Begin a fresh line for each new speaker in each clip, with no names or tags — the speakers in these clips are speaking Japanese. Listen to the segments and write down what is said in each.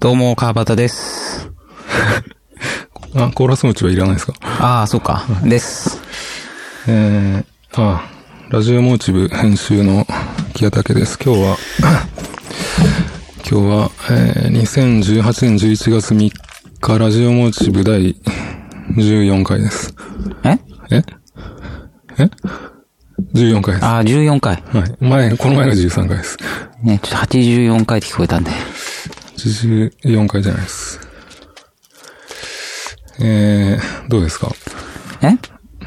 どうも、川端です。
あ、コーラス持ちはいらないですか
ああ、そうか。です。
えー、あ、ラジオモーチブ編集の木谷武です。今日は、 今日は、えー、2018年11月3日、ラジオモーチブ第14回です。
え
ええ ?14 回です。
ああ、14回。
はい。前、この前が13回です。
ね、ちょっと84回って聞こえたんで。
14回じゃないです。えー、どうですか
え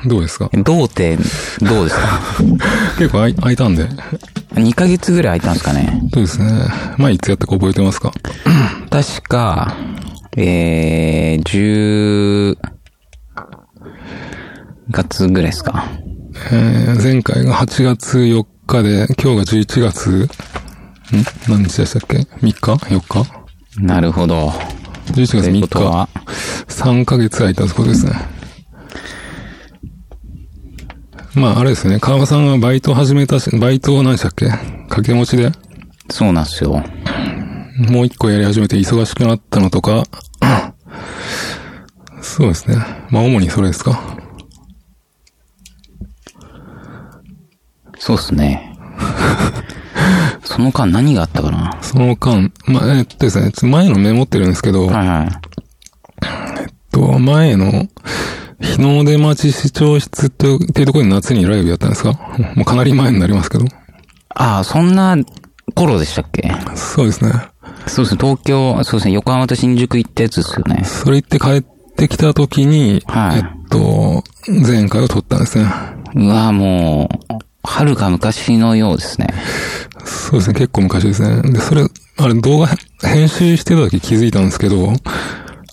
どうですか
どうって、どうですか
結構あい空いたんで。
?2 ヶ月ぐらい空いたんですかね。
そうですね。前いつやったか覚えてますか
確か、えー、10月ぐらいですか。
えー、前回が8月4日で、今日が11月、ん何日でしたっけ ?3 日 ?4 日
なるほど。
?11 月
という
3
こと
日。
は、
3ヶ月空いたとこですね。まあ、あれですね。川場さんはバイト始めたし、バイトを何でしたっけ掛け持ちで、
そうなんですよ。
もう一個やり始めて忙しくなったのとか、 そうですね。まあ、主にそれですか。
そうっすね。 その間何があったかな
その間、まあ、えっとですね、前のメモってるんですけど、
はいはい。
と、前の、日の出町市長室ってっていうところで夏にライブやったんですかもうかなり前になりますけど。
ああ、そんな頃でしたっけ
そうですね。
そうですね、東京、そうですね、横浜と新宿行ったやつですよね。
それ行って帰ってきた時に、
はい
えっと、前回を撮ったんですね。
うわぁ、もう、はるか昔のようですね。
そうですね、結構昔ですね。で、それ、あれ動画編集してた時気づいたんですけど、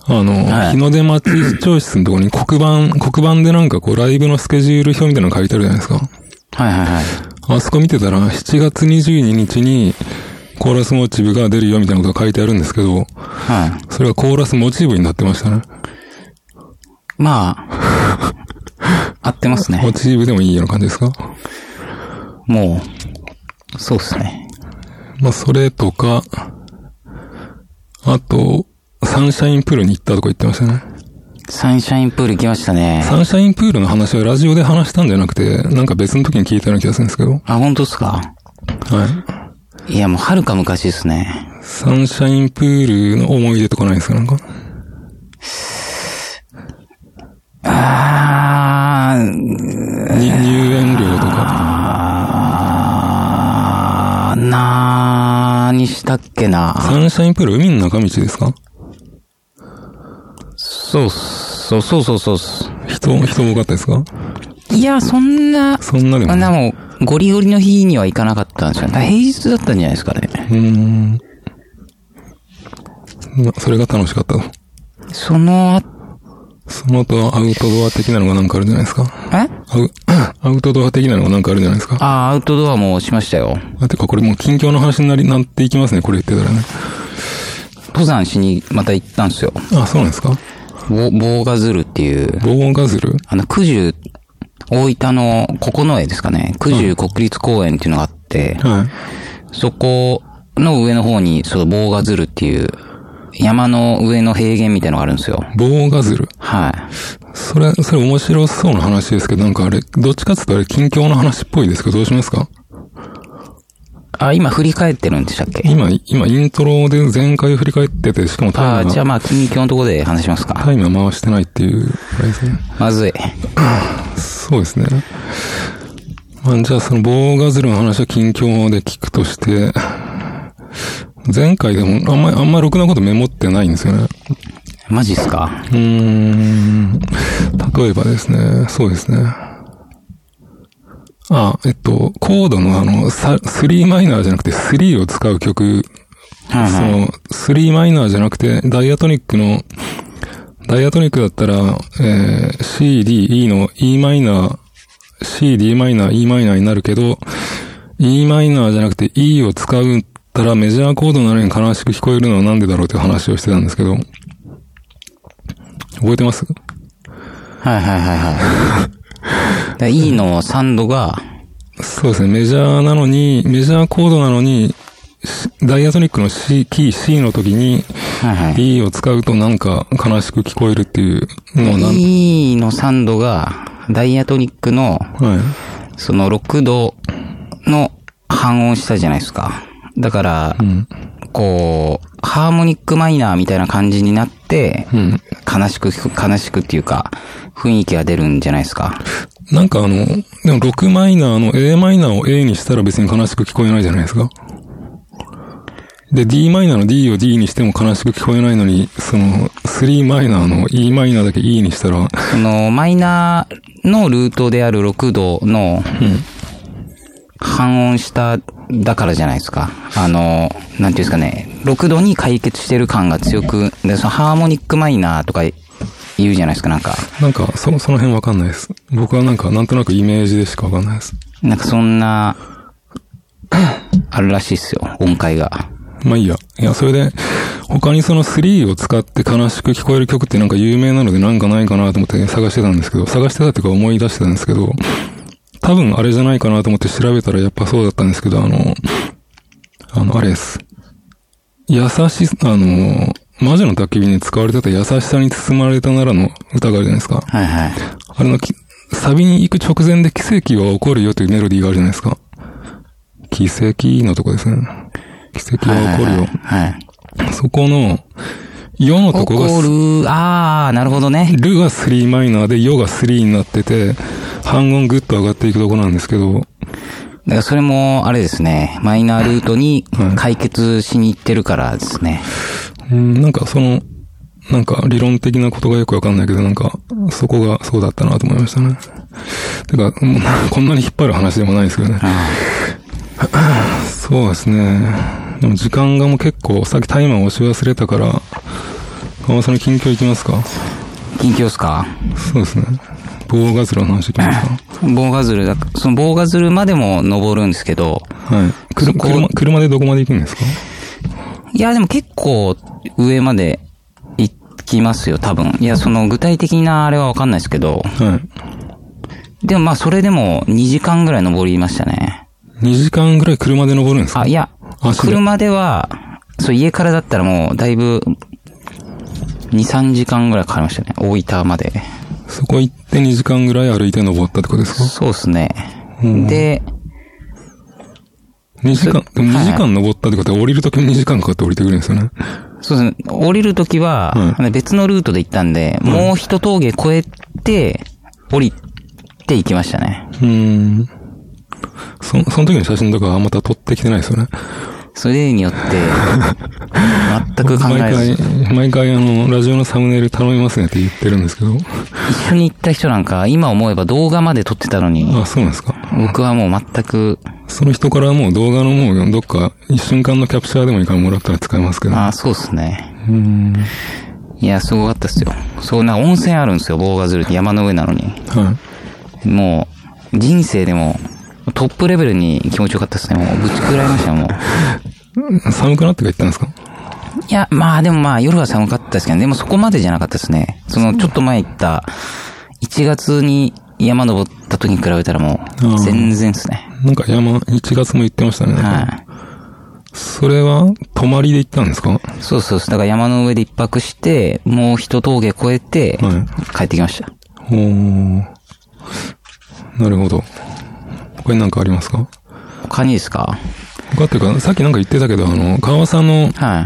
あの、
はい
日の出町市長室のところに黒板、黒板でなんかこうライブのスケジュール表みたいなの書いてあるじゃないですか。
はいはいはい。
あそこ見てたら、7月22日に、コーラスモチブが出るよみたいなことが書いてあるんですけど、
はい。
それがコーラスモチブになってましたね。
まあ、合ってますね
モ。チブでもいいような感じですか
もう、そうですね。
まあ、それとか、あと、サンシャインプールに行ったとか言ってましたね。
サンシャインプール行きましたね。
サンシャインプールの話はラジオで話したんじゃなくて、なんか別の時に聞いたような気がするんですけど。
あ、本当ですか
はい
や、もうはるか昔ですね
い。。サンシャインプールの思い出とかないですかなんか。
あー、
に入園料とか。
あー、なーにしたっけな。
サンシャインプール海の中道ですか
そうっす。そうそうそうそうっす。
人、人多かったですか
いや、そんな、
そんなでも
あ
ない
なもう、ゴリゴリの日には行かなかったんですよね。だから平日だったんじゃないですかね。
うーん。まそれが楽しかったと。
その、
その後はアウトドア的なのがなんかあるじゃないですか。
え
アウ、 アウトドア的なのがなんかあるじゃないですか。
ああ、アウトドアもしましたよ。
あ、てかこれもう近況の話になり、なっていきますね、これ言ってたらね。
登山しにまた行ったんですよ。
あ、そうなんですか
ボボーガズルっていう、
防音ガズル
あの、九十、大分の九重ですかね。九十国立公園っていうのがあって、
はい。
そこの上の方に、そのボーガズルっていう、山の上の平原みたいのがあるんですよ。
防音ガズル。
はい。
それ、それ面白そうな話ですけど、なんかあれ、どっちかっていうとあれ、近況の話っぽいですけど、どうしますか
あ、今振り返ってるんでしたっけ
今、今、イントロで前回振り返ってて、しかも
あ
タイ
あ、
ム
じゃあ
が、
まあ、近況のところで話しますか。
タイムは回してないっていう、あれですね。
まずい。
そうですね。まあ、じゃあその棒ガズルの話は近況で聞くとして、前回でもあんまり、あんまろくなことメモってないんですよね。
マジっすか
うーん。例えばですね、そうですね。あ、えっと、コードのあの、さ3マイナーじゃなくて3を使う曲、
はい
そ
はい。
の、3マイナーじゃなくて、ダイアトニックの、ダイアトニックだったら、えー、C、D、E の E マイナー、C、D マイナー、E マイナーになるけど、E マイナーじゃなくて E を使うったらメジャーコードなのに悲しく聞こえるのはなんでだろうという話をしてたんですけど、覚えてます
はいはいはいはい。で E のサンドが、
そうですね、メジャーなのに、メジャーコードなのに、しダイアトニックの C、キー C の時に
はいはい。
E を使うとなんか悲しく聞こえるっていうのはなん、
E の3度が、ダイアトニックの、
はい。
その6度の半音したじゃないですか。だから、
うん。
こう、ハーモニックマイナーみたいな感じになって、
うん。
悲しく、悲しくっていうか、雰囲気が出るんじゃないですか。
なんかあの、でも6マイナーの A マイナーを A にしたら別に悲しく聞こえないじゃないですか。で、D マイナーの D を D にしても悲しく聞こえないのに、その、3マイナーの E マイナーだけ E にしたら、
その、マイナーのルートである6度の、半音下だからじゃないですか。あの、なんていうんですかね、6度に解決してる感が強く、で、そのハーモニックマイナーとか言うじゃないですか、なんか。
なんか、そ、その辺わかんないです。僕はなんか、なんとなくイメージでしかわかんないです。
なんかそんな、あるらしいっすよ、音階が。
まあいいや。いや、それで、他にその3を使って悲しく聞こえる曲ってなんか有名なのでなんかないかなと思って探してたんですけど、探してたっていうか思い出してたんですけど、多分あれじゃないかなと思って調べたらやっぱそうだったんですけど、あの、あの、あれです。優しさ、あの、魔女の焚き火に使われてた優しさに包まれたならの歌があるじゃないですか。
はいはい。
あれのき、サビに行く直前で奇跡は起こるよというメロディーがあるじゃないですか。奇跡のとこですね。奇跡は起こるよ。
はい。
そこの、よのとこが、
怒る、あー、なるほどね。
ルが3マイナーで、よが3になってて、半音グッと上がっていくとこなんですけど、
だからそれも、あれですね、マイナールートに解決しに行ってるからですね。
うんなんかその、なんか理論的なことがよくわかんないけど、なんか、そこがそうだったなと思いましたね。てか、 もうこんなに引っ張る話でもないですけどね。 そうですね。でも時間がもう結構、さっきタイマーを押し忘れたから、川間さんの近況いきますか
近況っすか
そうですね。棒ガズラの話いきますか
棒ガズルだ、その棒ガズルまでも登るんですけど、
はい。くる
そこ
車、車でどこまで行くんですか
いや、でも結構上まで行きますよ、多分。いや、その具体的なあれはわかんないですけど、
はい。
でもまあそれでも2時間ぐらい登りましたね。
2時間ぐらい車で登るんですか
あ、いや
あ、そうだ
車では、そう、家からだったらもう、だいぶ、2、3時間ぐらいかかりましたね。大分まで。
そこ行って2時間ぐらい歩いて登ったってことですか
そうですね
う。ん
で、
2時間、でも
は
2
い
時間登ったってことは降りるときも2時間かかって降りてくるんですよね。
そうですね。降りるときは、別のルートで行ったんで、もう一峠越えて、降りて行きましたね。
うーん。そ、その時の写真とかはまた撮ってきてないですよね。
それ によって、全く考
毎
えず、
回、毎回あの、ラジオのサムネイル頼みますねって言ってるんですけど。
一緒に行った人なんか、今思えば動画まで撮ってたのに、
あ、そうなんですか。
僕はもう全く、
その人からもう動画のもうどっか一瞬間のキャプチャーでもいいからもらったら使えますけど。
ああ、そうですね。
うーん。
いや、すごかったっすよ。そう、なんか温泉あるんですよ、棒がずるって山の上なのに。
はい。
もう、人生でも、トップレベルに気持ちよかったっすね。もう、ぶち食らいましたよ、もう。
寒くなってから行ったんですか
いや、まあでもまあ、夜は寒かったですけど、でもそこまでじゃなかったですね。その、ちょっと前行った、1月に山登った時に比べたらも
うん
う、全然ですね。
なんか山、1月も行ってましたね。
はい。
それは、泊まりで行ったんですかはい。
そうそうそう。だから山の上で一泊して、もう一峠越えて、帰ってきました。
おー。なるほど。他に何かありますか
他にですか
他っていうか、さっきなんか言ってたけど、あの、川さんの、
は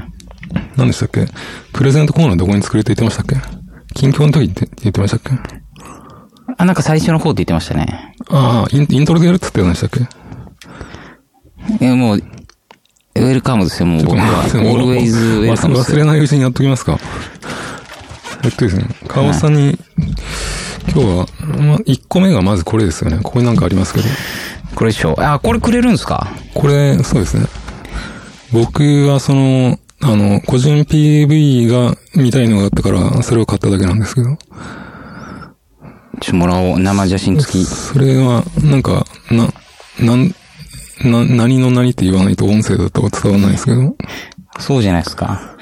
い。
何でしたっけプレゼントコーナーどこに作るって言ってましたっけ近況の時って言ってましたっけ
あ、なんか最初の方って言ってましたね。
ああ、インイントロでやるって言ってたんでしたっけ
いや、もう、ウェルカムですよ、もう僕は。always ウェルカムです
忘
よ。
れないうちにやっときますか。えっとですね、川尾さんに、今日は、まあ、1個目がまずこれですよね。ここになんかありますけど。
これでしょ。あ、これくれるんですか
これ、そうですね。僕はその、あの、個人 PV が見たいのがあったから、それを買っただけなんですけ
ちょ
ど。
っともらおう。生写真付き。
それは、なんか、な、なん、な、何の何って言わないと音声だと伝わらないですけど。
そうじゃないですか。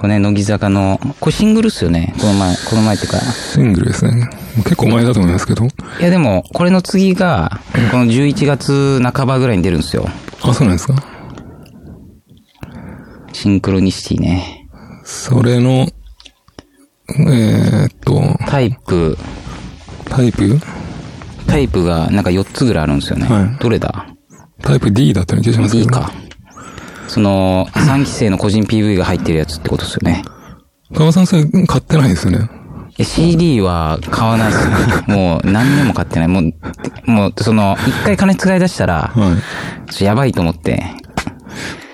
これね、乃木坂の、これシングルっすよね。この前、この前っていうか。
シングルですね。結構前だと思いますけど。
いやでも、これの次が、この11月半ばぐらいに出るんですよ。
あ、そうなんですか
シンクロニシティね。
それの、えーっと、
タイプ、
タイプ
タイプがなんか4つぐらいあるんですよね。
はい
どれだ
タイプ D だったような気がしますけど、
?D か。その、3期生の個人 PV が入ってるやつってことですよね。
川さんそれ買ってないですよね。
え CD は買わない です。もう何年も買ってない。もう、もうその、一回金使い出したら、
はい。
ちょっとやばいと思って。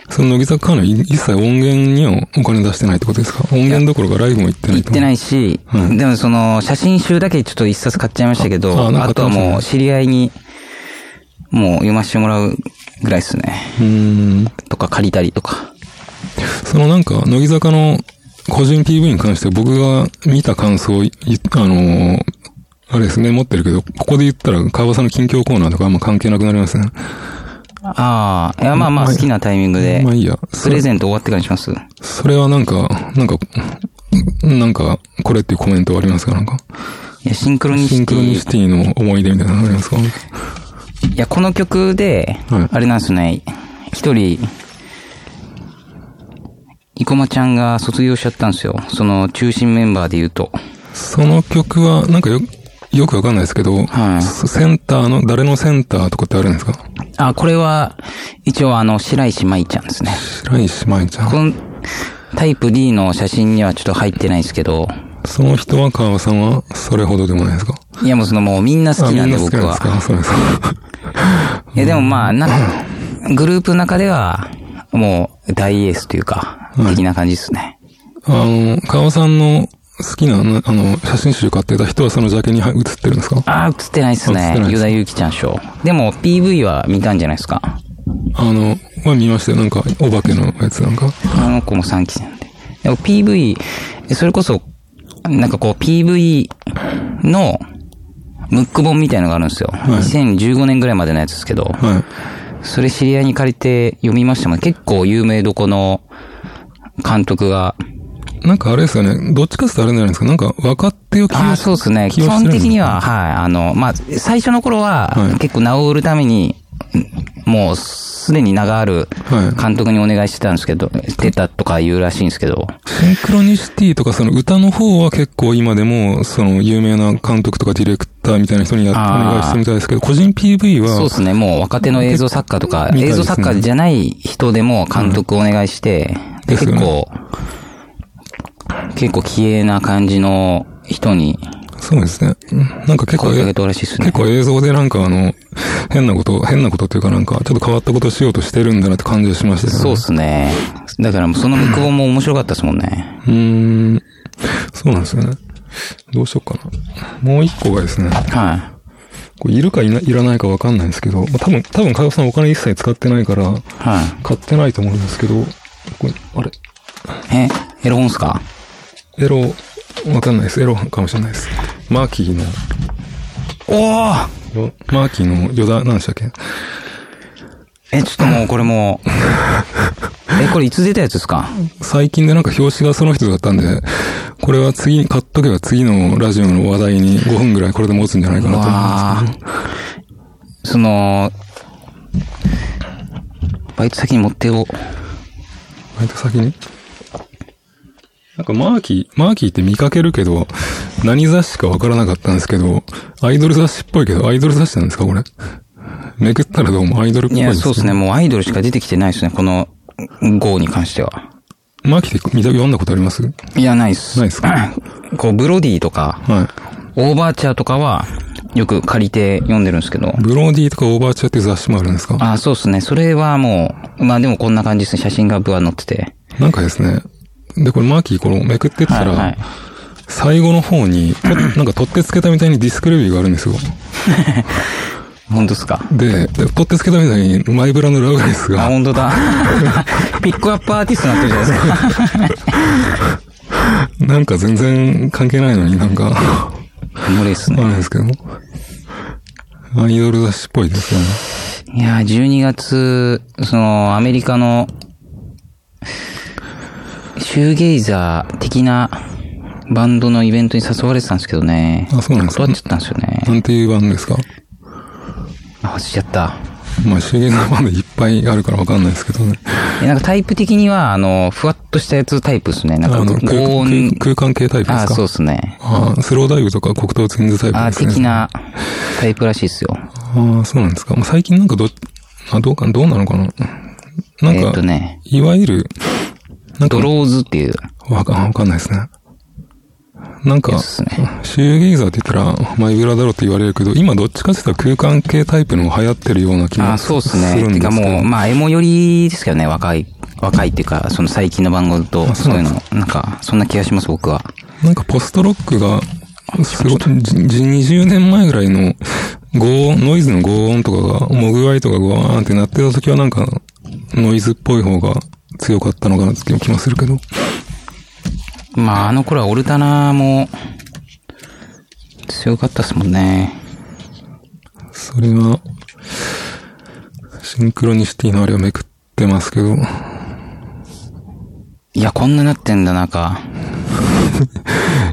その乃木坂からのい一切音源にはお金出してないってことですか音源どころかライブも行ってない。
行ってないいし、
うん
でもその、写真集だけちょっと一冊買っちゃいましたけど、
ああ
あ
なんか
とはもう知り合いに、もう読ませてもらうぐらいですね。
うーん。
とか借りたりとか。
そのなんか、乃木坂の個人 PV に関して僕が見た感想をい、いあのーあれですね、持ってるけど、ここで言ったら、川場さんの近況コーナーとかあんま関係なくなりますね。
ああ、いやまあまあ
まあ
好きなタイミングで
ま、あいいや。そ
プレ
れ、
ゼント終わってからにします。
それはなんか、なんか、なんか、これっていうコメントはありますかなんか。
いや、シンクロニ
シ
シ
ン
テ
クロニシ
ィ。
ティの思い出みたいなのありますか
いや、この曲で、
はい
あれなんですね、一人、生駒ちゃんが卒業しちゃったんですよ。その中心メンバーで言うと。
その曲は、なんかよ、よくわかんないですけど、
はい
センターの、誰のセンターとかってあるんですか
あ、これは、一応あの、白石舞ちゃんですね。
白石麻衣ちゃん。
この、タイプ D の写真にはちょっと入ってないですけど、
その人は川場さんは、それほどでもないですか
いやもうそのもうみんな好きなんで
あみ
僕
好き
は
です。かそうですか。
いやでもまあ、な、グループの中では、もう大エースというか、的な感じですね。
あの、川尾さんの好きな、なあの、写真集買ってた人はそのジャケには写ってるんですか
ああ、映ってないです
映って
ね
ない。っす
ユダユキちゃん賞。でも PV は見たんじゃないですか。
あの、まあ、見ましたよ。なんか、お化けのやつなんか。
あの子も3期生なんで。でも PV、えそれこそ、なんかこう PV のムック本みたいのがあるんですよ。2015年ぐらいまでのやつですけど、
はい。
それ知り合いに借りて読みましたもん。結構有名どこの監督が、
なんかあれですよね。どっちかって言ったらあれじゃないですか。なんか、分かってよ気
あ
が
あ、そうですね。
気
基
をして
本
るんですね
的には、はい。あの、まあ、最初の頃
は、
はい結構治るために、もう、すでに名がある
はい
監督にお願いしてたんですけど、してたとか言うらしいんですけど、
シンクロニシティとかその歌の方は結構今でも、その有名な監督とかディレクターみたいな人にやってお
あー
願いしてるみたいですけど、個人 PV は、
そうですね。もう、若手の映像作家とか、
みたい
映
ですね
像作家じゃない人でも監督お願いして、で、
です
結
よね
構、結構、綺麗な感じの人に
そうですね。うんなんか結構、
声かけたらしいですね
結。構映像でなんかあの、変なこと、変なことっていうかなんか、ちょっと変わったことしようとしてるんだなって感じがしましたよね。
そうですね。だから、その向こうも面白かったですもんね。
うーん。そうなんですよね。どうしようかな。もう一個がですね、
は
これいるかいないらないかわかんないんですけど、まあ、多分、多分、加藤さんお金一切使ってないから、
い。はい。
買ってないと思うんですけど、これ、あれ
え、エロ本っすか
エロ、わかんないです。エロかもしれないです。マーキーの、
おお
よマーキーの余談、なんでしたっけ
え、ちょっともうこれもう、え、これいつ出たやつですか
最近でなんか表紙がその人だったんで、これは次、買っとけば次のラジオの話題に5分ぐらいこれで持つんじゃないかなと思いま
わあその、バイト先に持ってお、
す。割と先に。なんかマーキー、マーキーって見かけるけど、何雑誌かわからなかったんですけど、アイドル雑誌っぽいけど、アイドル雑誌なんですかこれ。めくったらどうもアイドルっぽ
い
い
や、
です
そうですね。もうアイドルしか出てきてないですね。この号に関しては。
マーキーって見た読んだことありますはい
や、ないっす。
ないっすか
こう、ブロディとか、
い。
オーバーチャーとかは、よく借りて読んでるんですけど。
ブローディーとかオーバーチャーっていう雑誌もあるんですか
あ、そうですね。それはもう、まあでもこんな感じですね。写真がぶわ載ってて。
なんかですね、で、これマーキーこれめくってったら、
はいはい
最後の方 に、となんか取ってつけたみたいにディスクレビューがあるんですよ。
本当っすか
で、で取ってつけたみたいにマイブラのラウガイス
あ、
が、
本当だ。 ピックアップアーティストになってるじゃないですか。
なんか全然関係ないのになん か、あ
おもろいっすね。
るんですけど。アイドル雑誌っぽいですよね。
いやー、12月、その、アメリカの、シューゲイザー的なバンドのイベントに誘われてたんですけどね。
あそうなんですか
断っちゃったんですよね。
なんていう版ですか
あ、外しちゃった。
まあ、資源がまだいっぱいあるからわかんないですけどね。
えなんかタイプ的には、あの、ふわっとしたやつタイプですね。なん
あ
か、
の空
高
間
音
空、空間系タイプで
あ
す
あ、
か
そうですね。
ああスローダイブとか黒糖ツインズタイプ
ああ、
ですね。
的なタイプらしいですよ。
ああ、そうなんですか。まあ、最近なんかど、あどうか、どうなのかな。な
えーっ
んか、
とね、
いわゆる、なんか
ド、ローズっていう
わかわかんないですね。なんか、
やつですね。
シューゲイザーって言ったら、マイブラだろって言われるけど、今どっちかって言ったら空間系タイプの方が流行ってるような気
あ
が
あ、
す
そ
る
うんっ
ですすけ
ね。
ど。
てかもう、まあ、エモ寄りですけどね、若い、若いっていうか、その最近の番号と、そういうの、なんか、そんな気がします、僕は。
なんかポストロックが、すごく、じじ20年前ぐらいの、合音、ノイズの合音とかが、モグワイとかがわーンってなってた時はなんか、ノイズっぽい方が強かったのかなって気もするけど。
まあ、あの頃はオルタナも、強かったっすもんね。
それは、シンクロニシティのあれをめくってますけど、
いや、こんななってんだ、なんか。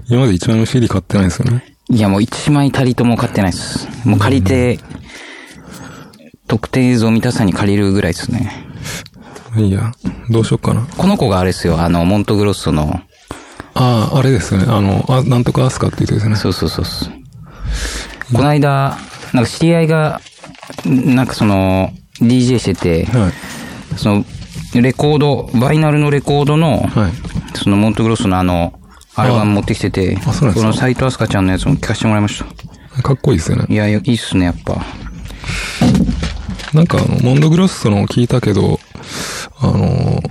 今まで一枚も CD 買ってないんですよね。
いや、もう一枚たりとも買ってないっす。もう借りて、特定映像見たさに借りるぐらいですね。
いいや、どうしよっかな。
この子があれですよ、あの、モントグロッソの、
ああ、あれですよね。あの、あなんとかアスカって言ってですね。
そうそうそうそう。この間、なんか知り合いが、んなんかその、DJ してて、
はい。
その、レコード、バイナルのレコードの、
はい。
そのモントグロッソのあの、アルバム持ってきてて、
あそうなんですか
この斎藤飛鳥ちゃんのやつも聞かせてもらいました。
かっこいいですよね
い。や、いやいいっすね、やっぱ。
なんかあの、モンドグロッソの聞いたけど、あの、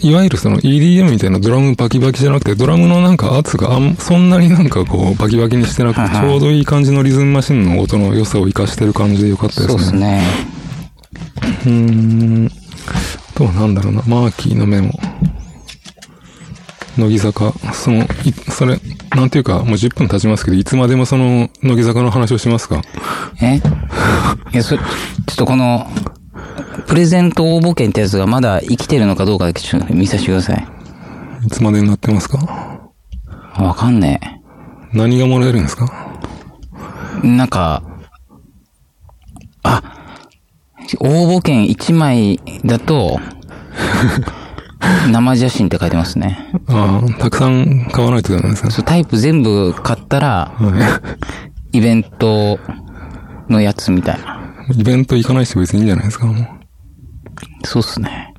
いわゆるその EDM みたいなドラムバキバキじゃなくて、ドラムのなんか圧があん、そんなになんかこうバキバキにしてなくて、ちょうどいい感じのリズムマシンの音の良さを活かしてる感じでよかったです
そう
ね。
ですね。
うーん。あとはなんだろうな、マーキーのメモ。乃木坂、その、い、それ、なんていうか、もう10分経ちますけど、いつまでもその、乃木坂の話をしますか
え いや、そ、ちょっとこの、プレゼント応募券ってやつがまだ生きてるのかどうかだけちょっと見させてください。
いつまでになってますか
わかんねえ。
何がもらえるんですか
なんか、あ、応募券1枚だ と、生写真って書いてますね。
ああ、たくさん買わないとダメですね。
そう、タイプ全部買った ら、
は
イベントのやつみたいな。
い。イベント行かないし別にいいんじゃないですか、もう。
そうっすね。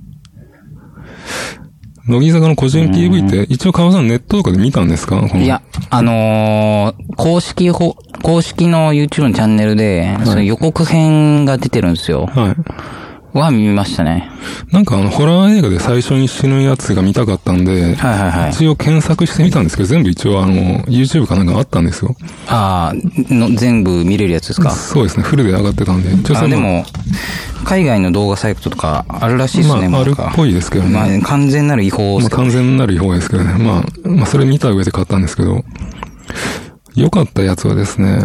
乃木坂の個人 PV って、一応川さんネットとかで見たんですかこの
いや、あのー公式ほ、公式の YouTube のチャンネルで、その予告編が出てるんですよ。
はい。
は見ましたね。
なんかあの、ホラー映画で最初に死ぬやつが見たかったんで、
はいはいはい。
一応検索してみたんですけど、全部一応あの、YouTube かなんかあったんですよ。
ああ、の、全部見れるやつですか。
そうですね、フルで上がってたんで。一応
あ
そ
で
の、
も、海外の動画サイトとかあるらしいですね、
まあ、
も
あ
うな
る
ん
っ
か
ぽいですけどね。
まあ、完全なる違法っ
ますあ
けど
完全なる違法ですけどね。まあ、まあそれ見た上で買ったんですけど、良かったやつはですね、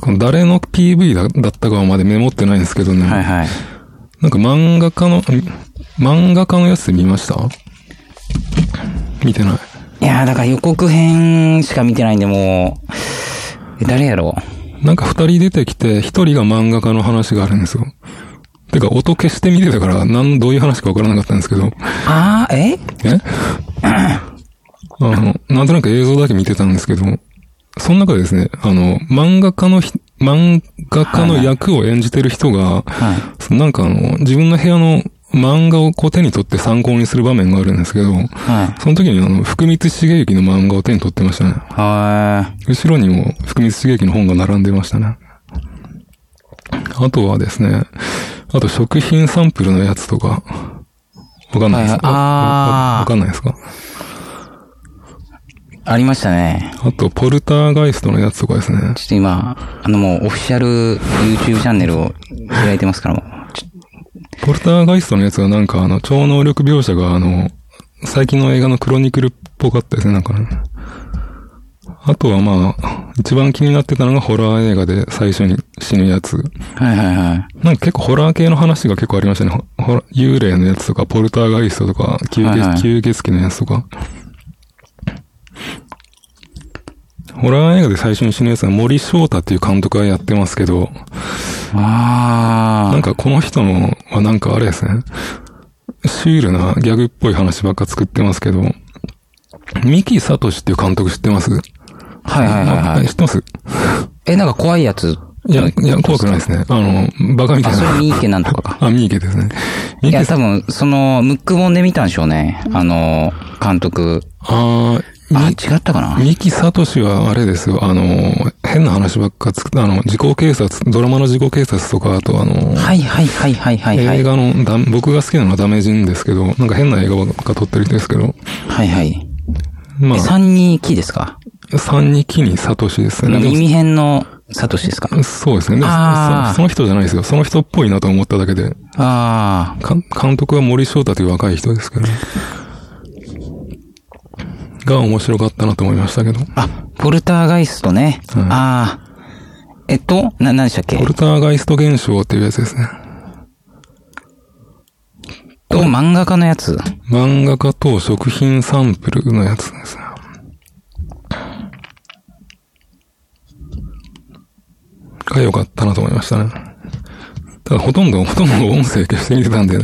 この誰の PV だだったかはまでメモってないんですけどね、
はいはい。
なんか漫画家の、ん漫画家のやつ見ました見てない。
いやーだから予告編しか見てないんで、もう、え誰やろう
なんか二人出てきて、一人が漫画家の話があるんですよ。てか、音消して見てたから、なん、どういう話かわからなかったんですけど、
ああ、え
え あの、なんとなく映像だけ見てたんですけど、その中でですね、あの、漫画家のひ、漫画家の役を演じてる人が、
はい。
なんかあの、自分の部屋の漫画をこう手に取って参考にする場面があるんですけど、
はい。
その時にあの、福光茂之の漫画を手に取ってましたね。
は
後ろにも福光茂之の本が並んでましたね。あとはですね、あと食品サンプルのやつとか、わかんないですか
はいはいあー
わかんないですか
い。ありましたね。
あと、ポルターガイストのやつとかですね。
ちょっと今、あのもうオフィシャル YouTube チャンネルを開いてますからもう。ちょ
ポルターガイストのやつはなんか、あの、超能力描写が、あの、最近の映画のクロニクルっぽかったですね、なんかね。あとはまあ、一番気になってたのがホラー映画で最初に死ぬやつ。
はいはいはい。
なんか結構ホラー系の話が結構ありましたね。ほほら、幽霊のやつとか、ポルターガイストとか、吸血、
はいはい
吸血鬼のやつとか。ホラー映画で最初に死ぬやつは森翔太っていう監督がやってますけど、
あ
なんかこの人のはなんかあれですね。シュールなギャグっぽい話ばっか作ってますけど、三木聡っていう監督知ってます
あ。はいはいはいは
あ
い
知。ってます
え、なんか怖いやつ。
いや、いや、怖くないですね。あの、バカみた
あ、
い
それ
な。
三池なんとかか。
あ、三池ですね。三
い
池
や、多分、その、ムック本で見たんでしょうね。あの、監督。
あ
あ、
あ、
違ったかな
三木聡はあれですよ。あの、変な話ばっか作った、あの、自己警察、ドラマの自己警察とか、あとあの、
はいはいはいはいはいは
映
い。
画のダメ、僕が好きなのはダメージンですけど、なんか変な映画ばっか撮ってる人ですけど、
はいはい。
ま
え、
あ、
三人木ですか
三に木にサトシですね。でも
耳辺のサトシですか
そうですね。でも
あー
そその人じゃないですよ。その人っぽいなと思っただけで。
あ
か監督は森翔太という若い人ですけど。が面白かったなと思いましたけど。
あ。あ、ポルターガイストね。
うん
ああ。えっと、な、何でしたっけ
ポルターガイスト現象っていうやつですね。
と、漫画家のやつ。
漫画家と食品サンプルのやつですね。が良かったなと思いましたね。ただほとんど、ほ とんど音声消してみてたんで、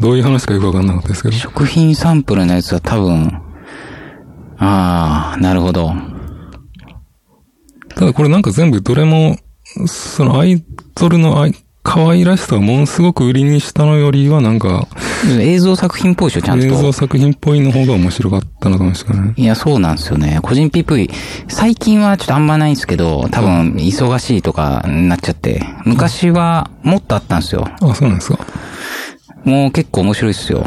どういう話かよくわかんなかったですけど。
食品サンプルのやつは多分、ああ、なるほど。
ただこれなんか全部どれも、そのアイドルの愛可愛らしさをものすごく売りにしたのよりはなんか、
映像作品っぽいでしょ、ちゃん
映像
と。
作品っぽいの方が面白かったなと思いましたね。
いや、そうなんですよね。個人 PV、最近はちょっとあんまないんですけど、多分、忙しいとかになっちゃって。昔は、もっとあったんですよ。
あ、そうなんですか。
もう結構面白いっすよ。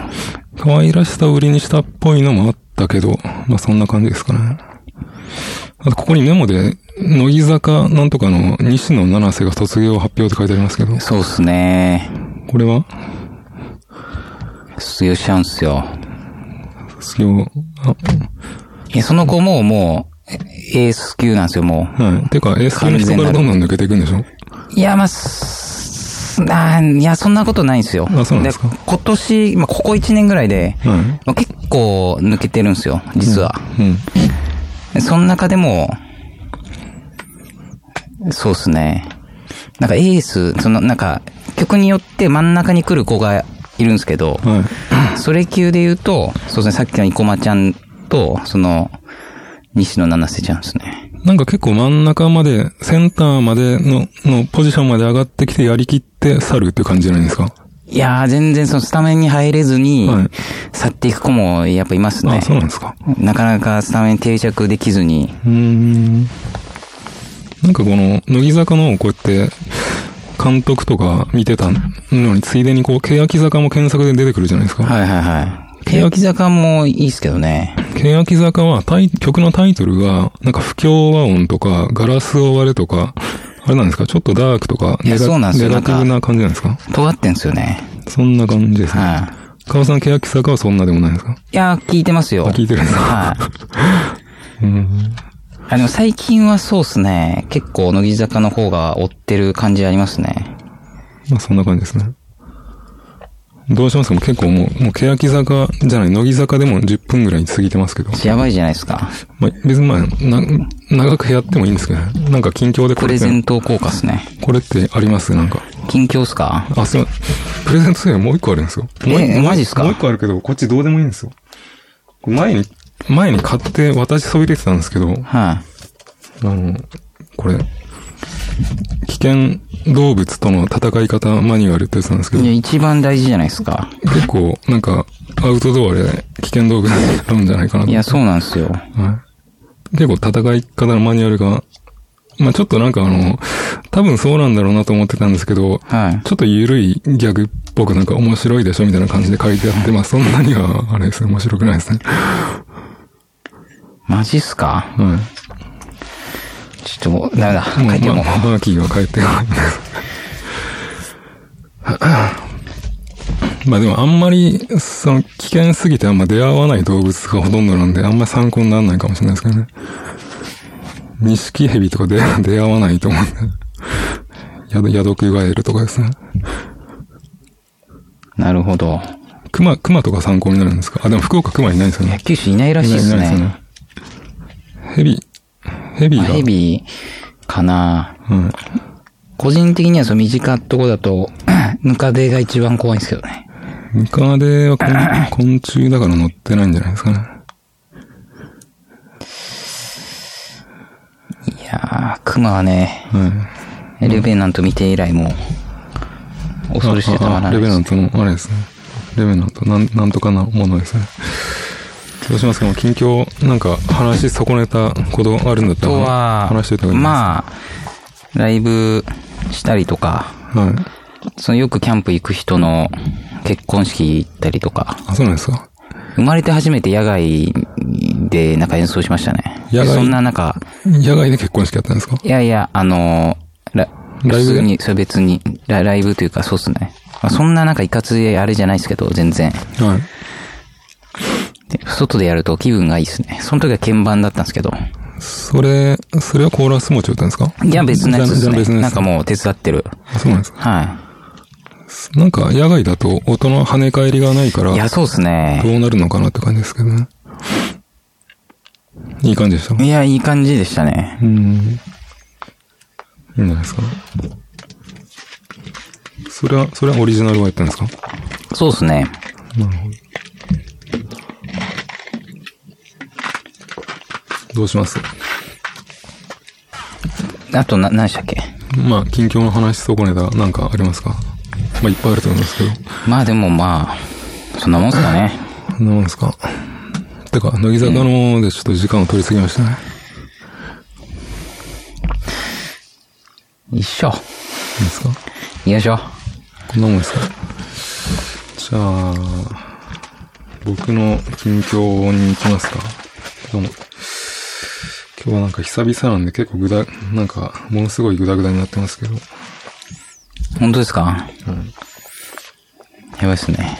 可愛らしさを売りにしたっぽいのもあったけど、まあそんな感じですかね。あとここにメモで、乃木坂なんとかの西野七瀬が卒業発表って書いてありますけど、
そうっすね。
これは
卒業しちゃうんすよ。
卒業、あ、
え、その後もう、もう、えエース級なんですよ、もう。
はい。てか、エース級の人からどんどん抜けていくんでしょ
いや、まあ、すあーいや、そんなことないんですよ。
あそうなんですか
今年、まあ、ここ1年ぐらいで、
は
まあ、結構抜けてるんですよ、実は。
い。うん。
その中でも、そうっすね。なんかエース、その、なんか、曲によって真ん中に来る子がいるんですけど、
はい。
それ級で言うと、そうですね、さっきの生駒ちゃんと、その、西野七瀬ちゃんですね。
なんか結構真ん中まで、センターまでの、のポジションまで上がってきてやりきって去るっていう感じじゃないですか。
いやー、全然そのスタメンに入れずに
はい、
去っていく子もやっぱいますね。
あ、そうなんですか。
なかなかスタメン定着できずに、
うーん。なんかこの、乃木坂のこうやって、監督とか見てたのに、ついでにこう、欅坂も検索で出てくるじゃないですか。
はいはいはい。欅坂もいいっすけどね。
欅坂はタイ、曲のタイトルが、なんか不協和音とか、ガラスを割れとか、あれなんですかちょっとダークとか、
いや
ネガ
そうなんですよ
ネガティブな感じなんですか
尖ってんすよね。
そんな感じですね。
はい。
川さん、欅坂はそんなでもないですか
いやー、聞いてますよ。
あ、聞いてるんですか
はい。
うん。
あの、最近はそうっすね。結構、乃木坂の方が追ってる感じありますね。
まあそんな感じですね。どうしますかもう結構もう、もう欅坂じゃない、乃木坂でも10分ぐらい過ぎてますけど。
やばいじゃないですか。
まあ別にまあ、な、長くやってもいいんですけどね。なんか近況でこ
プ
れ
レ
っ
ゼ
て、
ント効果っすね。
これってありますなんか。
近況っすか
あ、すいません。プレゼントすればもう一個あるんですよ。もう一
え
もう一
マジっすか
もう一個あるけど、こっちどうでもいいんですよ。これ前に、前に買って私そびれてたんですけ
は
ど、
い。
あの、これ、危険動物との戦い方マニュアルってやつなんですけど
いや、、一番大事じゃないですか。
結構、なんか、アウトドアで危険動物になるんじゃないかなと
いや、そうなんですよ。
はい。結構戦い方のマニュアルが、まあちょっとなんかあの、多分そうなんだろうなと思ってたんですけど、
はい。
ちょっと緩いギャグっぽくなんか面白いでしょみたいな感じで書いてあって、まあそんなには、あれですね、面白くないですね。
マジっすか
はい。
ちょっともう、ダメだ。書いても
まあ、バーキーは帰ってこないんです。まあでもあんまり、その、危険すぎてあんま出会わない動物がほとんどなんで、あんま参考にならないかもしれないですけどね。ニシキヘビとか出 出会わないと思うんで。ヤドヤドクガエルとかですね。
う。なるほど。
クマ、クマとか参考になるんですかあ、でも福岡クマいないですよね
野。球手いないらしいっす
いないいない
ね。
ですよねヘビ、ヘビー
まあ
が。
ヘビーかな
うん。
個人的にはその身近なとこだと、 ムカデが一番怖いんですけどね。
ムカデはこん昆虫だから乗ってないんじゃないですかね。
いやー、クマはね、
うん。
レベナント見て以来もう、恐れしてたまら
あ
な
レ
い
ベ
で
ナン
す。
トの、あれですね。レベナント、なん、なんとかなものですね。どうしますかもう近況、なんか話し損ねたことあるんだっ
あ
た
と
ら、
は、
話してた方がいいです
まあ、ライブしたりとか、
はい。
そのよくキャンプ行く人の結婚式行ったりとか、
あ、そうなんですか。
生まれて初めて野外でなんか演奏しましたね。
野外
そんな中、
野外で結婚式やったんですか
いやいや、あのー、ラ
ライブ
普通に、それ別にラ、ライブというかそうっすね。まあ、そんななんかいかついあれじゃないですけど、全然。
はい。
で外でやると気分がいいですね。その時は鍵盤だったんですけど。
それ、それはコーラスも歌ったんですか
いや、別のやつで
じ
すね。
ゃじゃ別のや
な
つ
んかもう手伝ってる。
あそうなんですか。
は
なんか野外だと音の跳ね返りがないから、
い。い
ど
や、そうっすね。
うなるのかなって感じですけどね。いい感じでした
いや、いい感じでしたね。
うん。いいんじゃないですか。それは、それはオリジナルはやったんですか
そうっすね。
どうします
あと、な、何でしたっけ
まあ、近況の話し損ねた、なんかありますかまあ、いっぱいあると思いますけど。
まあでもまあ、そんなもんっすかね。
そんなもんですかてか、乃木坂のでちょっと時間を取りすぎましたね。
一緒。
いいですか
よいしょ。
こんなもんですかじゃあ、僕の近況に行きますか。どうも今日はなんか久々なんで結構ぐだ、なんか、ものすごいグダグダになってますけど。
本当ですか
うん
やばいっすね。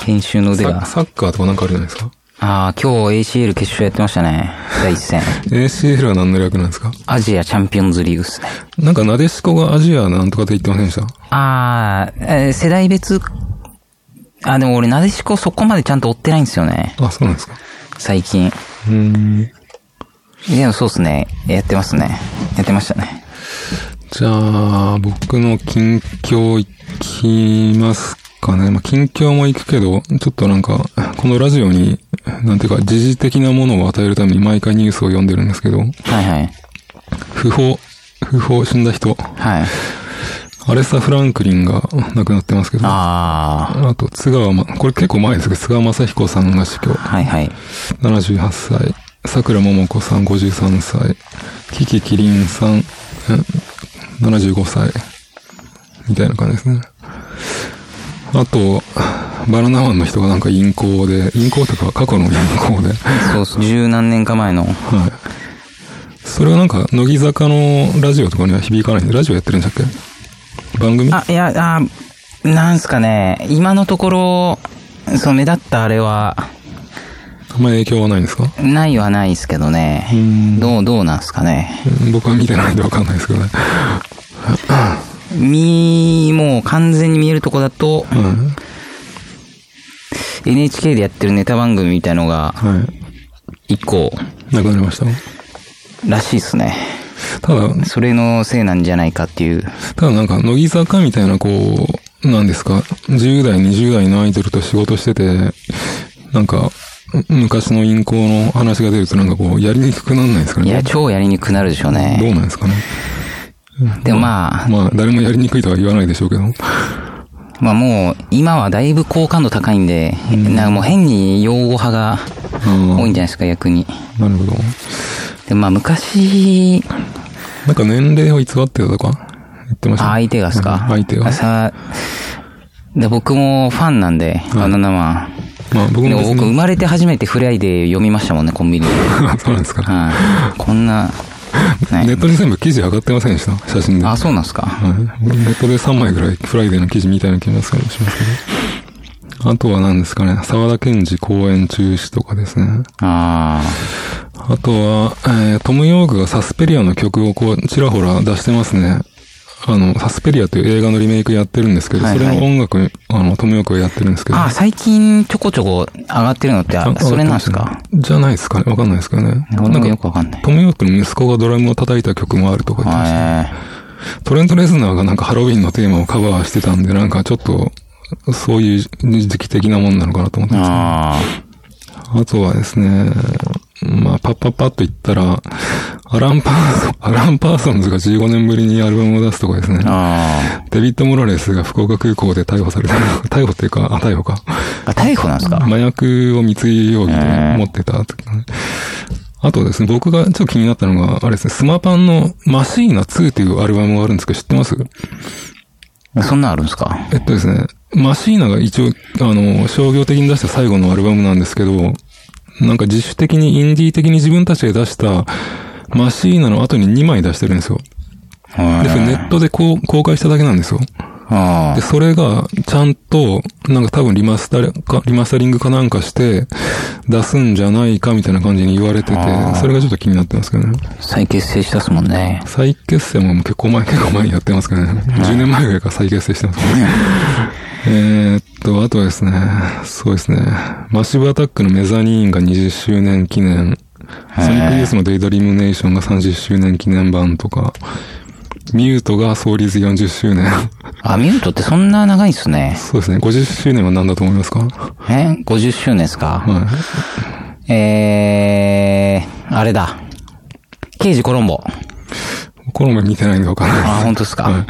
編集の腕
サ
が。
サッカーとかなんかあるじゃないですか
ああ、今日 ACL 決勝やってましたね。第一戦。
?ACL は何の略なんですか
アジアチャンピオンズリーグっすね。
なんか、なでしこがアジアなんとかって言ってませんでした
ああ、えー世代別、あ、でも俺、なでしこそこまでちゃんと追ってないんですよね。
あ、そうなんですか
最近。
うーん。
でもそうっすね。やってますね。やってましたね。
じゃあ、僕の近況行きますかね。まあ、近況も行くけど、ちょっとなんか、このラジオに、なんていうか、時事的なものを与えるために毎回ニュースを読んでるんですけど、
はいはい。
不法、不法死んだ人、
はい。
アレサ・フランクリンが亡くなってますけど、あ
あ
と、津川ま、これ結構前ですけど、津川雅彦さんが死去。
あ、はいはい。
78歳、桜桃子さん53歳、キキキリンさん、え75歳、みたいな感じですね。あと、バナナマンの人がなんか陰行で、陰行とか過去の陰行で、
そうっす。十何年か前の。
はい。それはなんか、乃木坂のラジオとかには響かないんで、ラジオやってるんでしたっけ番組
あ、いや、あーなんすかね。今のところ、その目立ったあれは、
あんまり影響はないんですか
ないはないっすけどね。
ん
どう、どうなんすかね。
僕は見てないんでわかんないですけどね。
み、もう完全に見えるとこだと、
うん。
NHK でやってるネタ番組みたいのが、
はい。
一個、
なくなりました。
らしいっすね。
ただ、
それのせいなんじゃないかっていう。
ただなんか、乃木坂みたいな、こう、なんですか、10代、20代のアイドルと仕事してて、なんか、う昔の陰行の話が出るとなんかこう、やりにくくなんないですか
い
ね。
や、超やりにくくなるでしょう
どう
ね。
なんですかね。
でもまあ、
まあ、誰もやりにくいとは言わないでしょうけど。
まあもう、今はだいぶ好感度高いんで、なんかもう変に用語派が
うん
多いんじゃないですか、逆に。
なるほど。
で、まあ昔、
なんか年齢を偽ってたとか、言ってました。
あ相手がですか
うん相手が
あ。さで、僕もファンなんで、バナナマン。
まあ、僕
で
も
も
別
僕生
に、
まれて初めてフライデー読みましたもんね、コンビニで。
そうなんですか。
はい。 こんな、
ネ
ね。
ットに全部記事上がってませんでした写真で。
あ、
はい
そうなんすか。
僕ネットで3枚ぐらいフライデーの記事みたいな気がしますけど。あとは何ですかね。沢田健二公演中止とかですね。
あ
あとは、えートム・ヨークがサスペリアの曲をこう、ちらほら出してますね。あの、サスペリアという映画のリメイクやってるんですけど、
はいはい
それの音楽、あの、友よくやってるんですけど。
あ、最近ちょこちょこ上がってるのって、あそれなんですか
じゃないですかね。わかんないですけどね。
俺
なん
も
か
よ、くわかんない。
トム・ヨークの息子がドラムを叩いた曲もあるとか言ってました。
え
トレント・レスナーがなんかハロウィンのテーマをカバーしてたんで、なんかちょっと、そういう時期的なもんなのかなと思って
ー、
ます
あ
あとはですね、まあ、パッパッパッと言ったら、アラン・パーソン、アラン・パーソンズが15年ぶりにアルバムを出すとかですね
あ、。あ
デビッド・モラレスが福岡空港で逮捕された、 逮捕っていうか、あ、逮捕か。
あ。あ、逮捕なんですか
麻薬を密輸容疑で持ってたとかね。あとですね、僕がちょっと気になったのが、あれですね、スマパンのマシーナ2っていうアルバムがあるんですけど、知ってます
そんなんあるんですか
えっとですね、マシーナが一応、あの、商業的に出した最後のアルバムなんですけど、なんか自主的に、インディー的に自分たちで出した、マシーナの後に2枚出してるんですよ。
へー
で、それネットでこう公開しただけなんですよ。
あ
で、それが、ちゃんと、なんか多分リマスタリかリマスタリングかなんかして、出すんじゃないかみたいな感じに言われてて
あー、
それがちょっと気になってますけどね。
あ。再結成したっすもんね。
再結成も結構前、結構前にやってますけどね。10年前ぐらいから再結成してます。 えーっと、あとはですね、そうですね、マシブアタックのメザニーンが20周年記念、
へー
ソニックユースのデイドリームネーションが30周年記念版とか、ミュートが創立40周年。
あ、ミュートってそんな長いっすね。
そうですね、50周年は何だと思いますか
え ?50 周年ですか
はい。
えー、あれだ。刑事コロンボ。
コロンボ見てないんでわからない
あ、本当です
はい
か。。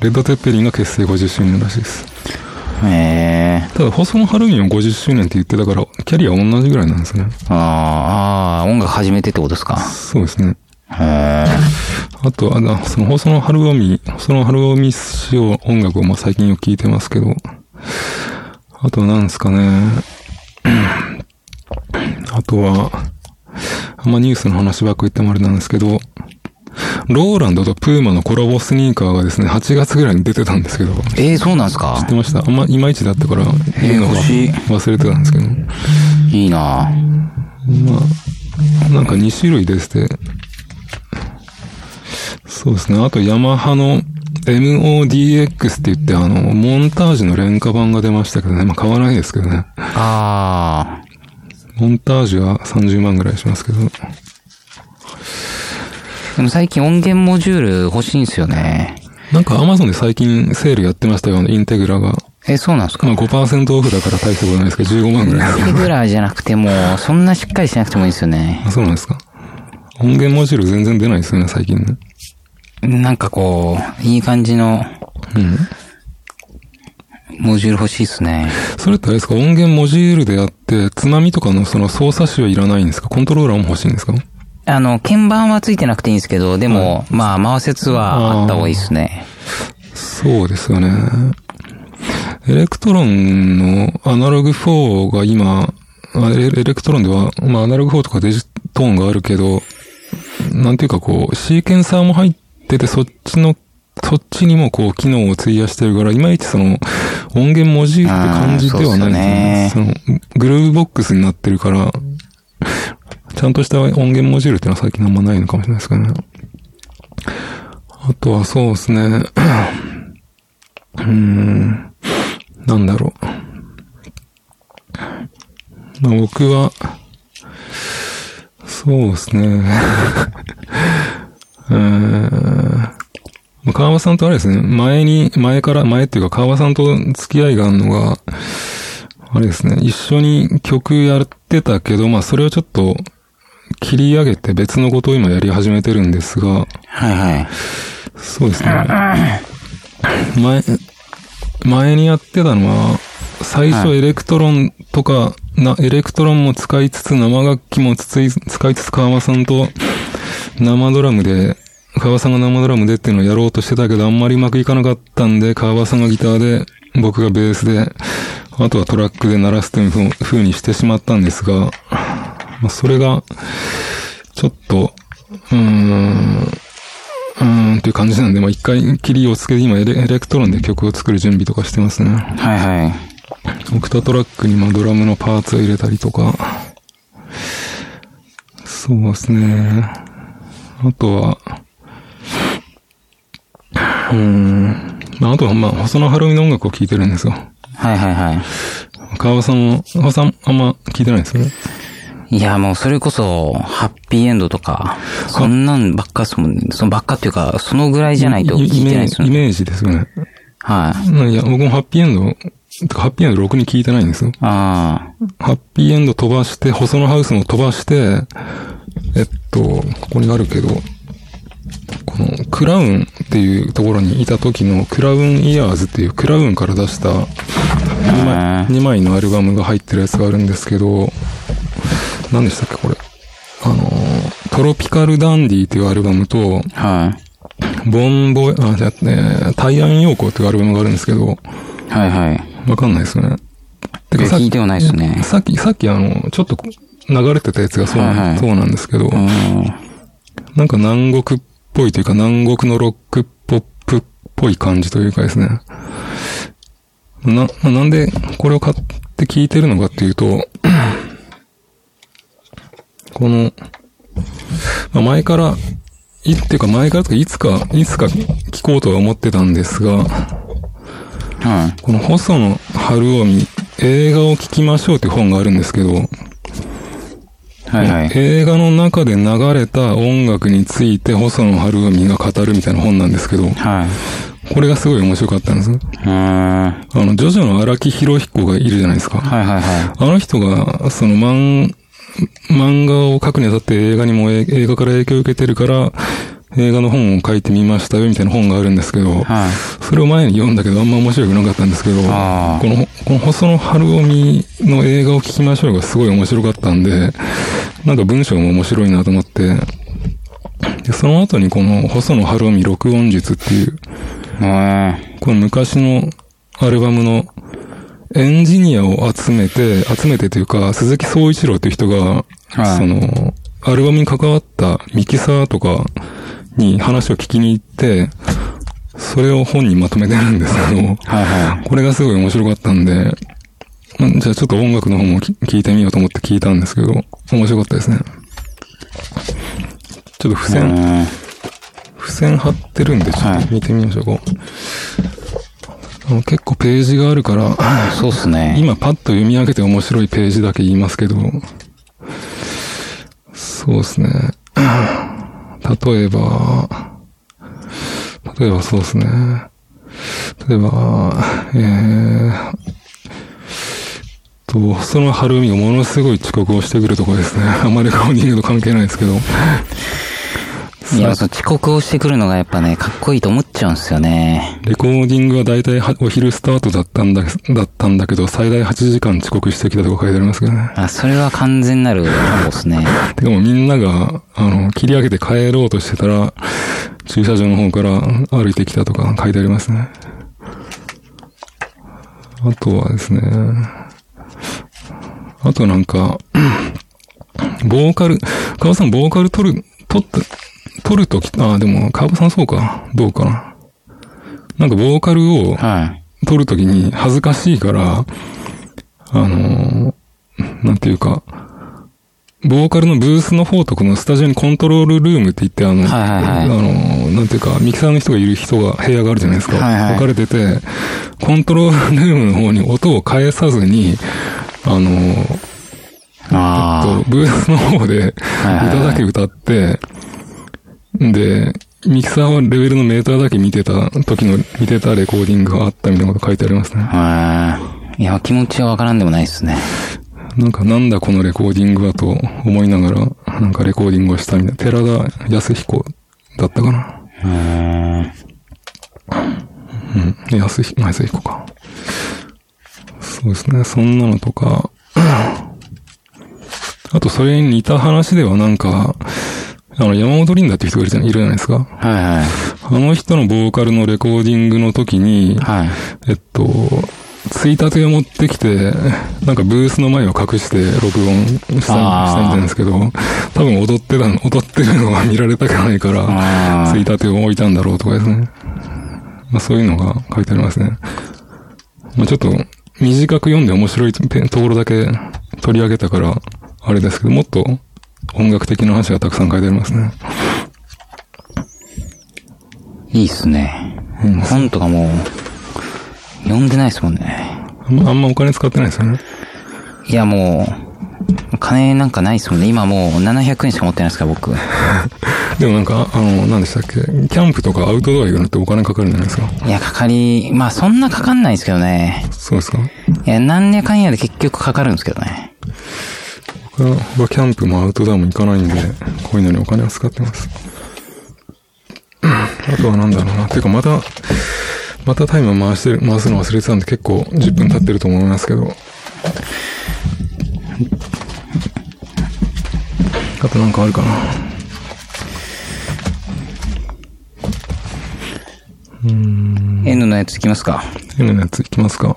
レッド・テッペリンが結成50周年らしいです。
えー、
ただ、細野晴臣は50周年って言ってたから、キャリアは同じぐらいなんですね。
あーあー、音楽始めてってことですか。
そうですね。
へー
あと、あの、その細野晴臣、細野晴臣氏を音楽をまあ最近よく聞いてますけど、あとなんですかね。 あとは、あんまニュースの話ばっかり言ってもあれなんですけど、ローランドとプーマのコラボスニーカーがですね、8月ぐらいに出てたんですけど、
えー、そうなんですか
知ってました。あんま、いまいちだったから、言うのが
欲しい
忘れてたんですけど。ま
いいな
あ、なんか2種類出てて。そうですね。あと、ヤマハの MODX って言って、あの、モンタージュの廉価版が出ましたけどね。まあ、買わないですけどね。
あ
モンタージュは30万ぐらいしますけど。
ー。でも最近音源モジュール欲しいんですよね。
なんか Amazon で最近セールやってましたよ、あのインテグラが。
えー、そうなんですか
まあ、5%オフだから大したことないですけど、15万ぐらい。
手ぐらいじゃなくても、そんなしっかりしなくてもいいですよね。
あ、そうなんですか。音源モジュール全然出ないですよね、最近ね。
なんかこう、いい感じの
うん。
モジュール欲しいっすね。
それってあれですか音源モジュールであって、津波とかのその操作手はいらないんですかコントローラーも欲しいんですか
あの、鍵盤はついてなくていいんですけど、でも、まあ、回せつはあった方がいいっすね。
そうですよね。エレクトロンのアナログ4が今、あエレエレクトロンでは、まあアナログ4とかデジトーンがあるけど、なんていうかこう、シーケンサーも入ってて、そっちの、そっちにもこう、機能を費やしてるから、いまいちその、音源文字って感じではないんですよね。その、グルーブボックスになってるから、ちゃんとした音源モジュールってのは最近あんまないのかもしれないですけどね。あとはそうですね。うーん。なんだろう。まあ僕は、そうですね。 うーん。まあ川場さんとあれですね、前に、前から、前っていうか川場さんと付き合いがあるのが、あれですね、一緒に曲やってたけど、まあそれをちょっと切り上げて別のことを今やり始めてるんですが、
はいはい。
そうですね。前、前にやってたのは、最初エレクトロンとか、な、エレクトロンも使いつつ、生楽器もつつい使いつつ、川間さんと生ドラムで、川間さんが生ドラムでっていうのをやろうとしてたけど、あんまりうまくいかなかったんで、川場さんがギターで、僕がベースで、あとはトラックで鳴らすというふう風にしてしまったんですが、まあそれが、ちょっと、うーん、うーんっていう感じなんで、まあ、一回切りをつけて、今エレエレクトロンで曲を作る準備とかしてますね。
はいはい。
オクタトラックにまあドラムのパーツを入れたりとか。そうですね。あとは、うん。まあ、あとは、まあ、細野晴臣の音楽を聴いてるんですよ。
はいはいはい。
川尾さんも、川尾さんあんま聴いてないですよね。
いや、もうそれこそ、ハッピーエンドとか、そんなんばっかっすもんね。そのばっかっていうか、そのぐらいじゃないと聞いてないですよ
イ
ね。
メージですよね。
はい。
いや、僕もハッピーエンド、てかハッピーエンド6に聞いてないんですよ。
ああ。
ハッピーエンド飛ばして、細野ハウスも飛ばして、えっと、ここにあるけど、このクラウンっていうところにいた時のクラウンイヤーズっていうクラウンから出した2枚
へー
,2 枚のアルバムが入ってるやつがあるんですけど、何でしたっけこれ。あのー、トロピカルダンディっていうアルバムと、
はい。
ボンボイ、あ、じゃあね、タイアン陽光っていうアルバムがあるんですけど、
はいはい。
わかんないですよね。てかさっき
聞いてはないですね。
さっき、さっきあの、ちょっと流れてたやつがそう,、
はいはい
そうなんですけ
う
ど、
ん。
なんか南国っぽいというか南国のロックポップっぽい感じというかですね。な、なんでこれを買って聞いてるのかっていうと、 この、まあ前から、い、っていうか前からというかいつか、いつか聞こうとは思ってたんですが、
はい。
この細野晴臣、映画を聴きましょうっていう本があるんですけど、
はいはい。
映画の中で流れた音楽について細野晴臣が語るみたいな本なんですけど、
はい。
これがすごい面白かったんです。
うーん。はい
あの、ジョジョの荒木博彦がいるじゃないですか。
はいは
あの人が、その漫、漫画を描くにあたって映画にもえ映画から影響を受けてるから、映画の本を書いてみましたよみたいな本があるんですけど、
い。はい。
それを前に読んだけどあんま面白くなかったんですけど、こ
あー
の、この細野晴臣の映画を聞きましょうがすごい面白かったんで、なんか文章も面白いなと思って、で、その後にこの細野晴臣録音術っていう、
え
この昔のアルバムのエンジニアを集めて、集めてというか、鈴木総一郎という人が、
はい
その、アルバムに関わったミキサーとかに話を聞きに行って、それを本にまとめてるんですけど、
ーはいは
これがすごい面白かったんで、うんじゃあちょっと音楽の方もき聞いてみようと思って聞いたんですけど、面白かったですね。ちょっと付
い。う
箋、
ーん。
付箋貼ってるんで、ちょ
は
っ
い
と見てみましょう、こうあの結構ページがあるから、
そうっすね。
今パッと読み上げて面白いページだけ言いますけど、そうですね。例えば、例えばそうですね。例えば、えー、と、その晴海がものすごい遅刻をしてくるところですね。あまりコーディングと関係ないですけど。
いや、その遅刻をしてくるのがやっぱね、かっこいいと思っちゃうんすよね。
レコーディングは大体はお昼スタートだったんだ、だったんだけど、最大8時間遅刻してきたとか書いてありますけどね。
あ、それは完全なるコンボっすね。
てかもうみんなが、あの、切り上げて帰ろうとしてたら、駐車場の方から歩いてきたとか書いてありますね。あとはですね、あとなんか、 ボーカル、川尾さんボーカル取る、取った、取るとき、あ、でも川尾さんそうか、どうかな。なんかボーカルを、
はい。
撮るときに恥ずかしいから、あのーなんていうか、ボーカルのブースの方とこのスタジオにコントロールルームって言って、あの、
はいはいはい
あのーなんていうか、ミキサーの人がいる人が、部屋があるじゃないですか。
はいはい
分かれてて、コントロールルームの方に音を返さずに、あのー
あ
と、ブースの方で、
いはいはい
歌だけ歌って、で、ミキサーはレベルのメーターだけ見てた時の、見てたレコーディングがあったみたいなこと書いてありますね。
あ。うん。いや、気持ちはわからんでもないっすね。
なんかなんだこのレコーディングはと思いながら、なんかレコーディングをしたみたいな。寺田康彦だったかな。
うーん。
うん。安彦、安彦か。そうですね。そんなのとか。 あと、それに似た話ではなんか、あの、山本リンダって人がいるじゃないいるじゃないですか。
はいはい。
あの人のボーカルのレコーディングの時に、
はい。
えっと、ついたてを持ってきて、なんかブースの前を隠して録音したん
あー
したみたいなんですけど、多分踊ってたの、踊ってるのが見られたくないから、
あ
つい
ー
たてを置いたんだろうとかですね。まあそういうのが書いてありますね。まあちょっと、短く読んで面白いとところだけ取り上げたから、あれですけど、もっと音楽的な話がたくさん書いてありますね。
いいっすね。本とかもう、読んでないですもんね。
あんまあんまお金使ってないですよね。
いやもう、金なんかないですもんね。今もう700円しか持ってないですから、僕。い
でもなんか、あの、何でしたっけ、キャンプとかアウトドア行くのってお金かかるんじゃないですか。
や、かかり、まあそんなかかんないですけどね。
そうですか。
いや、なんやかんやで結局かかるんですけどね。
僕は、僕はキャンプもアウトドアも行かないんで、こういうのにお金を使ってます。あとはなんだろうな。てかまた、またタイム回してる、回すの忘れてたんで結構10分経ってると思いますけど。あとなんかあるかな。
N のやついきますか。
N のやついきますか。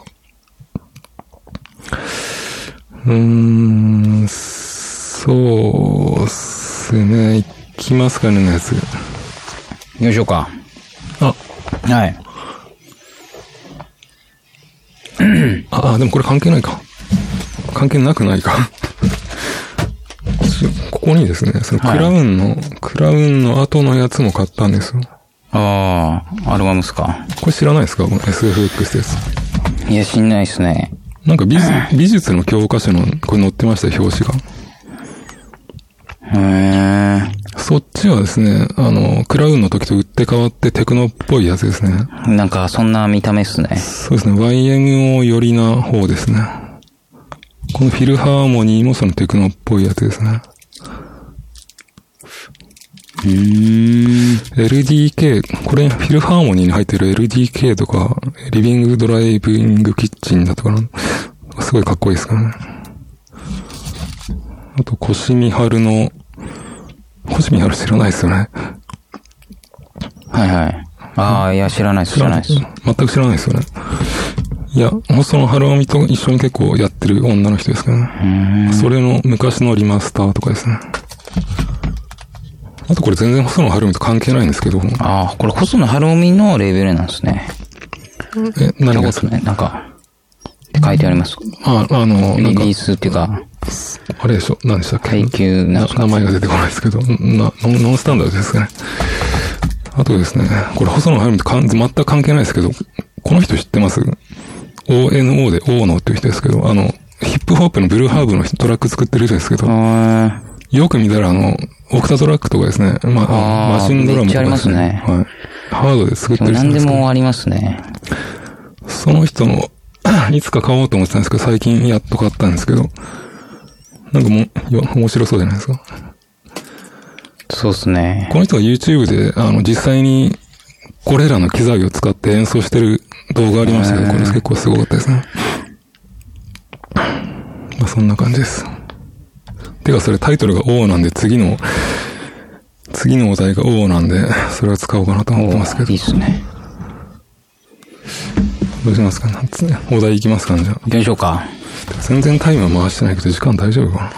うーん、そうっすね。いきますかね、のやつ。
行きましょうか。
あ、
はい。
あ、あでもこれ関係ないか。関係なくないか。すここにですね、そのク
はい
ラウンの、クラウンの後のやつも買ったんですよ。
ああ、アルバムっすか。
これ知らないですかこの SFX ってやつ。
いや、しんないですね。
なんか美術美術の教科書の、これ載ってましたよ、表紙が。
へえ。
そっちはですね、あの、クラウンの時と打って変わってテクノっぽいやつですね。
なんか、そんな見た目っすね。
そうですね、YMO 寄りな方ですね。このフィルハーモニーもそのテクノっぽいやつですね。
うーん。
LDK、これフィルハーモニーに入ってる LDK とか、リビングドライビングキッチンだとかな、すごいかっこいいですからね。あと、コシミハルの、コシミハル知らないですよね。
はいはい。ああ、いや、知らないっす、知らないっす。
全く知らないですよね。いや、細野晴臣と一緒に結構やってる女の人ですからね。それの昔のリマスターとかですね。あとこれ全然細野晴臣と関係ないんですけど、
ああ、これ、細野晴臣のレーベルなんですね。
え、
なる
何が
ほ
です
どね。なんか、って書いてあります。
あ、あの、な
リ
んか
リー、スっていうか、
あれでしょ何でしたっけ
階級な
なん名前が出てこないですけど、な、ノンノンスタンダードですかね。あとですね、これ細野晴臣とかん全く関係ないですけど、この人知ってます ?ONO で O のっていう人ですけど、あの、ヒップホップのブルーハーブのトラック作ってる人ですけど、
あ
よく見たらあの、オクタトラックとかですね、まあ、
あー
マシンドラ
め
ムとか
っちゃあります
はい。ハードで作っ
ーでも
てる人
何
で
です
けど、
もありますね。
その人の、 いつか買おうと思ってたんですけど、最近やっと買ったんですけど、なんかもう、よ面白そうじゃないですか。
そうっすね。
この人は YouTube で、あの、実際に、これらの機材を使って演奏してる動画ありましたけど、これ結構すごかったですね。まあ、そんな感じです。てか、それタイトルが O なんで、次の、次のお題が O なんで、それを使おうかなと
お
思ってますけ
ー
ど
いいっ、すね。
どうしますかなんつね、お題いきますかね、じゃ
行きましょうか。
あ。全然タイム回してないけど、時間大丈夫か